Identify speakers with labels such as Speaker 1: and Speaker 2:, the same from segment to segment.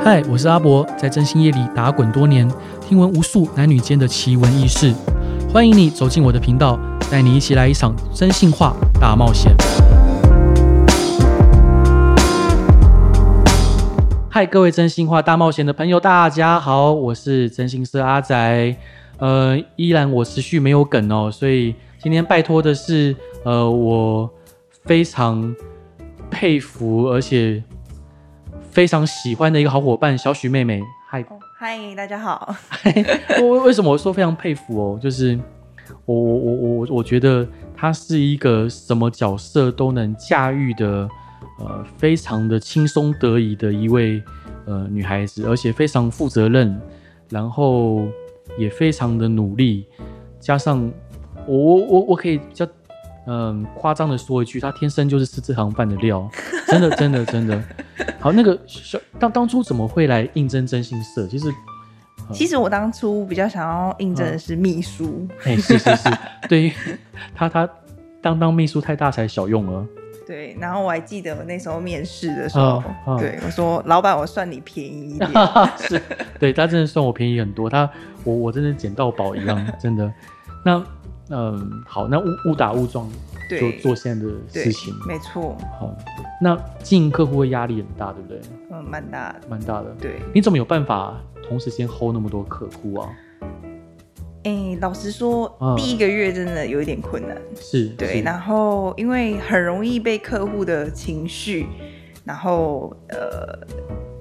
Speaker 1: 嗨，我是阿伯，在真心业里打滚多年，听闻无数男女间的奇闻异事。欢迎你走进我的频道，带你一起来一场真性化大冒险。嗨，各位真心话大冒险的朋友，大家好，我是真心社阿仔。呃，依然我持续没有梗哦，所以今天拜托的是，呃，我非常佩服而且非常喜欢的一个好伙伴小许妹妹。嗨，
Speaker 2: 哦嗨，大家好。
Speaker 1: 我为什么我说非常佩服哦？就是我我我我我觉得她是一个什么角色都能驾驭的，呃，非常的轻松得意的一位呃女孩子，而且非常负责任，然后也非常的努力，加上我我我我可以比较嗯夸张的说一句，她天生就是吃这行饭的料，真的真的真的。好，那个小当当初怎么会来应征真心社？其实。呃
Speaker 2: 其实我当初比较想要应征
Speaker 1: 嗯
Speaker 2: 的是秘书，
Speaker 1: 哎、是是是，对于 他他当当秘书太大材小用了，
Speaker 2: 对。然后我还记得我那时候面试的时候，
Speaker 1: 嗯嗯
Speaker 2: 对我说：“老板，我算你便宜 一点。
Speaker 1: 是，对他真的算我便宜很多，他我我真的捡到宝一样，真的。那嗯，好，那误误打误撞
Speaker 2: 对
Speaker 1: 就做现在的
Speaker 2: 对
Speaker 1: 事情，
Speaker 2: 没错，
Speaker 1: 好，那经营客户的压力很大，对不对？
Speaker 2: 嗯，蛮大的。
Speaker 1: 蛮大的，
Speaker 2: 对，
Speaker 1: 你怎么有办法同时间 hold 那么多客户啊？
Speaker 2: 哎、老实说，
Speaker 1: 嗯
Speaker 2: 第一个月真的有一点困难。
Speaker 1: 是，
Speaker 2: 对，
Speaker 1: 是
Speaker 2: 然后因为很容易被客户的情绪，然后呃，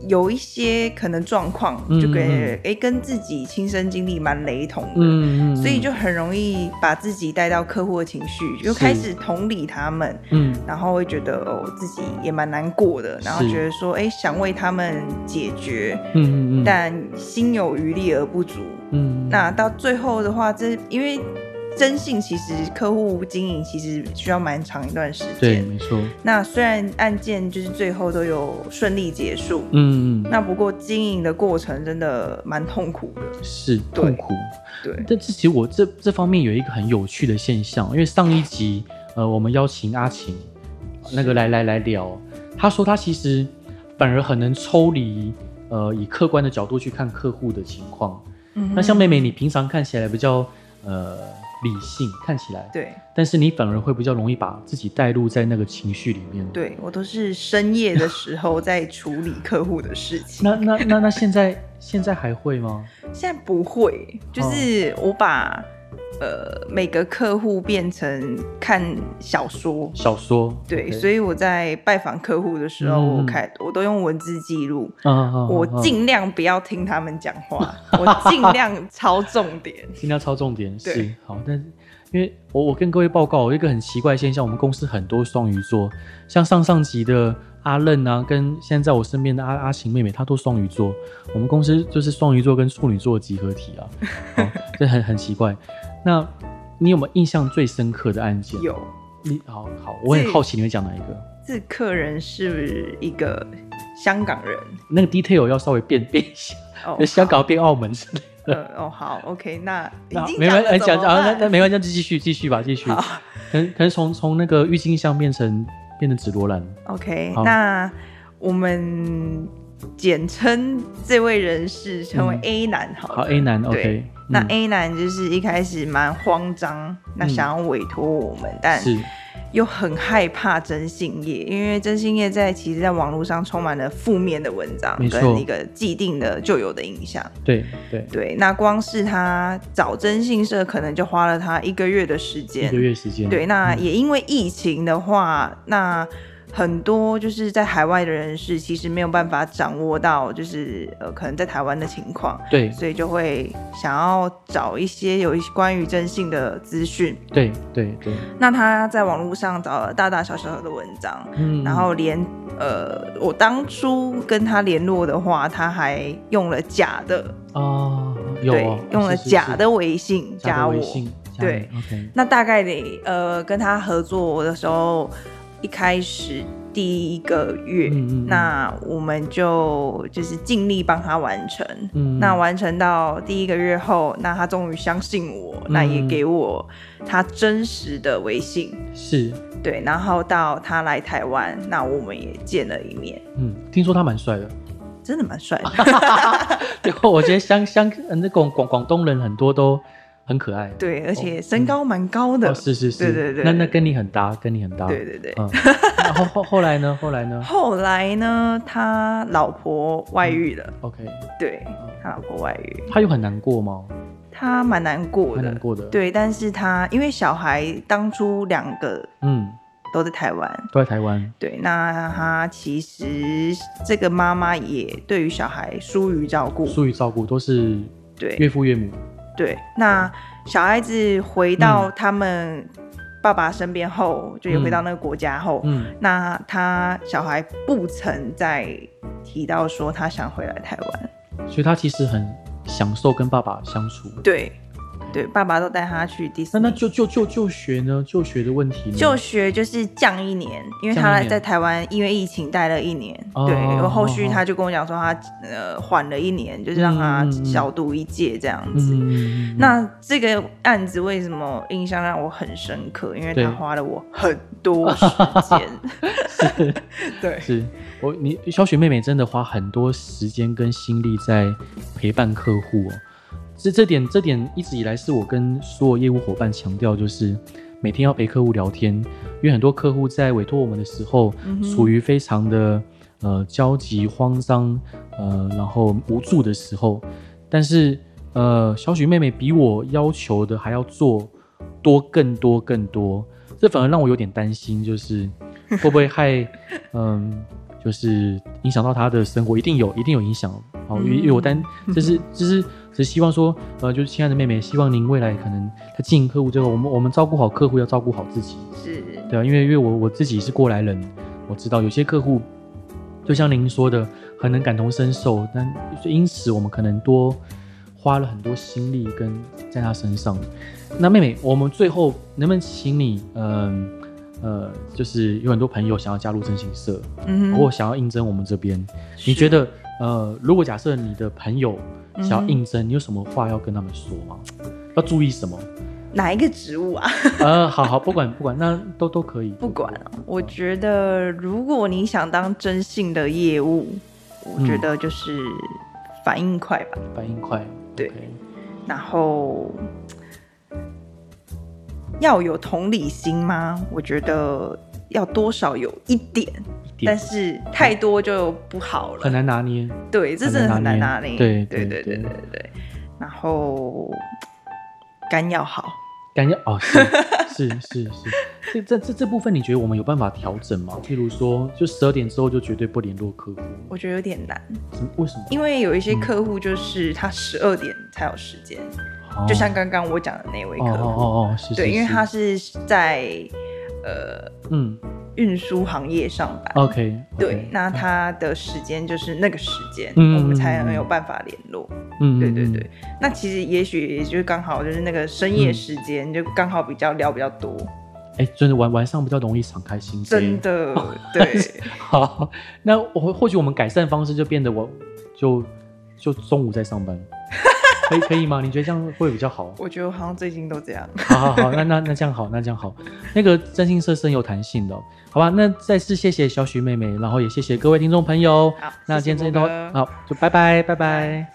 Speaker 2: 有一些可能状况，
Speaker 1: 嗯
Speaker 2: 就跟
Speaker 1: 嗯
Speaker 2: 哎、诶跟自己亲身经历蛮雷同的。
Speaker 1: 嗯嗯，
Speaker 2: 所以
Speaker 1: 嗯
Speaker 2: 就很容易把自己带到客户的情绪，就是开始同理他们，
Speaker 1: 嗯
Speaker 2: 然后会觉得哦自己也蛮难过的，然后
Speaker 1: 是
Speaker 2: 觉得说哎、诶想为他们解决，
Speaker 1: 嗯嗯嗯，
Speaker 2: 但心有余力而不足。
Speaker 1: 嗯
Speaker 2: 那到最后的话，这因为征信其实客户经营其实需要蛮长一段时
Speaker 1: 对，
Speaker 2: 间。
Speaker 1: 没错，
Speaker 2: 那虽然案件就是最后都有顺利结束，
Speaker 1: 嗯嗯，
Speaker 2: 那不过经营的过程真的蛮痛苦的。
Speaker 1: 嗯是
Speaker 2: 对
Speaker 1: 痛苦。
Speaker 2: 对，
Speaker 1: 但这其实我这这方面有一个很有趣的现象，因为上一集呃，我们邀请阿晴那个来来来聊，他说他其实反而很能抽离呃，以客观的角度去看客户的情况。
Speaker 2: 嗯哼
Speaker 1: 那像妹妹，你平常看起来比较呃理性，看起来，
Speaker 2: 对
Speaker 1: 但是你反而会比较容易把自己带入在那个情绪里面。，
Speaker 2: 对我都是深夜的时 候在处理客户的事情，
Speaker 1: 那那那那现在现在还会吗？
Speaker 2: 现在不会，
Speaker 1: 哦
Speaker 2: 就是我把呃每个客户变成看小说。
Speaker 1: 小说
Speaker 2: 对
Speaker 1: OK
Speaker 2: 所以我在拜访客户的时候，
Speaker 1: 嗯
Speaker 2: 我开我都用文字记录，
Speaker 1: 嗯嗯嗯
Speaker 2: 我
Speaker 1: 嗯
Speaker 2: 尽量不要听他们讲话， 我尽量抄重点。
Speaker 1: 今天要超重点是
Speaker 2: 对
Speaker 1: 好，但是因为我我跟各位报告，我有一个很奇怪的现象，我们公司很多双鱼座，像上上集的阿任啊，跟现在在我身边的阿阿晴妹妹，她都双鱼座，我们公司就是双鱼座跟处女座的集合 体啊，好，这很很奇怪。那你有没有印象最深刻的案件？，
Speaker 2: 有，
Speaker 1: 你好好，我很
Speaker 2: 最
Speaker 1: 好奇你会讲哪一个？
Speaker 2: 这客人是一个香港人
Speaker 1: 那个 detail 要稍微变变一下，
Speaker 2: 哦，
Speaker 1: 香港变澳门之类的。
Speaker 2: 好呃哦好，OK，那已
Speaker 1: 那
Speaker 2: 经
Speaker 1: 没关系，
Speaker 2: 讲
Speaker 1: 讲
Speaker 2: 了
Speaker 1: 啊，那
Speaker 2: 怎么办
Speaker 1: 那没关系，那就继续继续吧，继续。
Speaker 2: 好
Speaker 1: 可能可能从从那个郁金香变成变成紫罗兰，
Speaker 2: OK，
Speaker 1: 好
Speaker 2: 那我们简称这位人士称为
Speaker 1: 嗯
Speaker 2: A 男好了，
Speaker 1: 好 A 男
Speaker 2: 对
Speaker 1: OK，
Speaker 2: 那
Speaker 1: 嗯
Speaker 2: A 男就是一开始蛮慌张，那
Speaker 1: 嗯
Speaker 2: 想要委托我们，但
Speaker 1: 是
Speaker 2: 又很害怕征信业，因为征信业在其实在网络上充满了负面的文章
Speaker 1: 没，错
Speaker 2: 跟一个既定的旧有的印象。
Speaker 1: 对对，
Speaker 2: 对，那光是他找征信社，可能就花了他一个月的时
Speaker 1: 一
Speaker 2: 间
Speaker 1: 个。月时间，
Speaker 2: 对，那
Speaker 1: 嗯
Speaker 2: 也因为疫情的话，那很多就是在海外的人士其实没有办法掌握到，就是呃，可能在台湾的情况，
Speaker 1: 对
Speaker 2: 所以就会想要找一些有一些关于征信的资讯。
Speaker 1: 对对对，
Speaker 2: 那他在网络上找了大大小小的文章，
Speaker 1: 嗯
Speaker 2: 然后连呃，我当初跟他联络的话，他还用了假的，
Speaker 1: 啊有
Speaker 2: 对
Speaker 1: 哦，
Speaker 2: 用了
Speaker 1: 是是
Speaker 2: 假
Speaker 1: 是
Speaker 2: 的微信
Speaker 1: 假的
Speaker 2: 加我
Speaker 1: 微。信，加
Speaker 2: 对
Speaker 1: 你，OK，
Speaker 2: 那大概得呃跟他合作的时候，一开始第一个月，
Speaker 1: 嗯嗯嗯
Speaker 2: 那我们就就是尽力帮他完成。
Speaker 1: 嗯
Speaker 2: 那完成到第一个月后，那他终于相信我，那也
Speaker 1: 嗯
Speaker 2: 给我他真实的微信，
Speaker 1: 是
Speaker 2: 对，然后到他来台湾，那我们也见了一面。
Speaker 1: 嗯，听说他蛮帅的，
Speaker 2: 真的蛮帅的。
Speaker 1: 对，我觉得香香呃那种广广东人很多都很可爱。
Speaker 2: 对，而且身高蛮高的。
Speaker 1: 哦，是是是，
Speaker 2: 对对对
Speaker 1: 那那跟你很搭，跟你很搭。
Speaker 2: 对对对。
Speaker 1: 嗯，那后后后来呢？后 来呢
Speaker 2: 后来呢，他老婆外遇了，
Speaker 1: ？OK，
Speaker 2: 对
Speaker 1: 嗯
Speaker 2: 他老婆外遇，
Speaker 1: 他有很难过吗？
Speaker 2: 他蛮难过
Speaker 1: 蛮难
Speaker 2: 的。
Speaker 1: 过的。，
Speaker 2: 对，但是他因为小孩当初两个
Speaker 1: 嗯，
Speaker 2: 都在台湾，
Speaker 1: 都在台湾。
Speaker 2: 对，那他其实这个妈妈也对于小孩疏于照顾，
Speaker 1: 疏于照顾，都是
Speaker 2: 对
Speaker 1: 岳父岳母。
Speaker 2: 对。那小孩子回到他们爸爸身边后，就也回到那个国家后，
Speaker 1: 嗯，
Speaker 2: 那他小孩不曾再提到说他想回来台湾，
Speaker 1: 所以他其实很享受跟爸爸相处。
Speaker 2: 对对，爸爸都带他去迪士
Speaker 1: 那
Speaker 2: 尼
Speaker 1: 那就就就就学呢？就学的问题呢？
Speaker 2: 就学就是降一年，因为
Speaker 1: 降一
Speaker 2: 他
Speaker 1: 年
Speaker 2: 在台湾因为疫情待了一年，
Speaker 1: 哦
Speaker 2: 对，
Speaker 1: 哦
Speaker 2: 然后后续
Speaker 1: 哦
Speaker 2: 他就跟我讲说他呃缓了一年，就是让他
Speaker 1: 嗯嗯嗯
Speaker 2: 小读一届这样子。
Speaker 1: 嗯，嗯嗯嗯
Speaker 2: 那这个案子为什么印象让我很深刻？因为
Speaker 1: 对
Speaker 2: 他花了我很多时 间。对
Speaker 1: 是我你小雪妹妹真的花很多时间跟心力在陪伴客户哦。这这点这点一直以来是我跟所有业务伙伴强调，就是每天要陪客户聊天，因为很多客户在委托我们的时候，
Speaker 2: 嗯哼
Speaker 1: 处于非常的呃焦急、慌张，呃，然后无助的时候，但是呃，小许妹妹比我要求的还要做多、更多、更多，这反而让我有点担心，就是会不会害嗯，就是影响到她的生活，一定有，一定有影响。好，因为因为我担，就是就是只希望说，呃，就是亲爱的妹妹，希望您未来可能在经营客户这个，我们我们照顾好客户，要照顾好自己。
Speaker 2: 是，
Speaker 1: 对啊，因为因为我我自己是过来人，我知道有些客户，就像您说的，很能感同身受，但因此我们可能多花了很多心力跟在他身上。那妹妹，我们最后能不能请你，嗯呃就是有很多朋友想要加入征信社，
Speaker 2: 嗯哼
Speaker 1: 或想要应征我们这边，你觉得呃，如果假设你的朋友想
Speaker 2: 嗯
Speaker 1: 要应征，你有什么话要跟他们说吗？要注意什么？
Speaker 2: 哪一个职务啊？
Speaker 1: 呃，好好，不管不管，那都都可以，
Speaker 2: 不管啊，我觉得如果你想当征信的业务，我
Speaker 1: 嗯
Speaker 2: 觉得就是反应快吧，
Speaker 1: 反应快，
Speaker 2: 对
Speaker 1: OK
Speaker 2: 然后要有同理心吗？我觉得要多少有一点，
Speaker 1: 一
Speaker 2: 但
Speaker 1: 点
Speaker 2: 是太多就不好了
Speaker 1: 很。难拿捏，
Speaker 2: 对，这真的很难拿
Speaker 1: 很难
Speaker 2: 捏。
Speaker 1: 拿捏
Speaker 2: 对
Speaker 1: 对
Speaker 2: 对对
Speaker 1: 对
Speaker 2: 对对。然后肝要好，
Speaker 1: 感觉哦 是是是是，这这这这部分你觉得我们有办法调整吗？譬如说，就十二点之后就绝对不联络客户，
Speaker 2: 我觉得有点难，
Speaker 1: 什么为什么？
Speaker 2: 因为有一些客户就是他十二点才有时间，
Speaker 1: 哦
Speaker 2: 就像刚刚我讲的那位
Speaker 1: 哦
Speaker 2: 客
Speaker 1: 哦
Speaker 2: 户，
Speaker 1: 哦哦是，是
Speaker 2: 对，因为
Speaker 1: 是
Speaker 2: 他是在呃
Speaker 1: 嗯
Speaker 2: 运输行业上班。
Speaker 1: OK
Speaker 2: 啊对，那他的时间就是那个时间，
Speaker 1: 嗯
Speaker 2: 我们才能有办法联络。
Speaker 1: 嗯
Speaker 2: 对对，
Speaker 1: 嗯
Speaker 2: 对，那其实也许也就是刚好就是那个深夜时间，就刚好比较聊比较多，
Speaker 1: 嗯哎真的晚晚上比较容易敞开心扉，
Speaker 2: 真的对。
Speaker 1: 好，那我或许我们改善方式就变得我就就中午在上 班，可以可以吗？你觉得这样会比较好？
Speaker 2: 我觉得我好像最近都这样。
Speaker 1: 好好好，那那那这样好，那这样好，那个真心社是很有弹性的哦、好吧？那再次谢谢小许妹妹，然后也谢谢各位听众朋友。
Speaker 2: 好，
Speaker 1: 那
Speaker 2: 谢
Speaker 1: 今
Speaker 2: 谢
Speaker 1: 天这到
Speaker 2: 伯格
Speaker 1: 好，就拜拜，拜拜。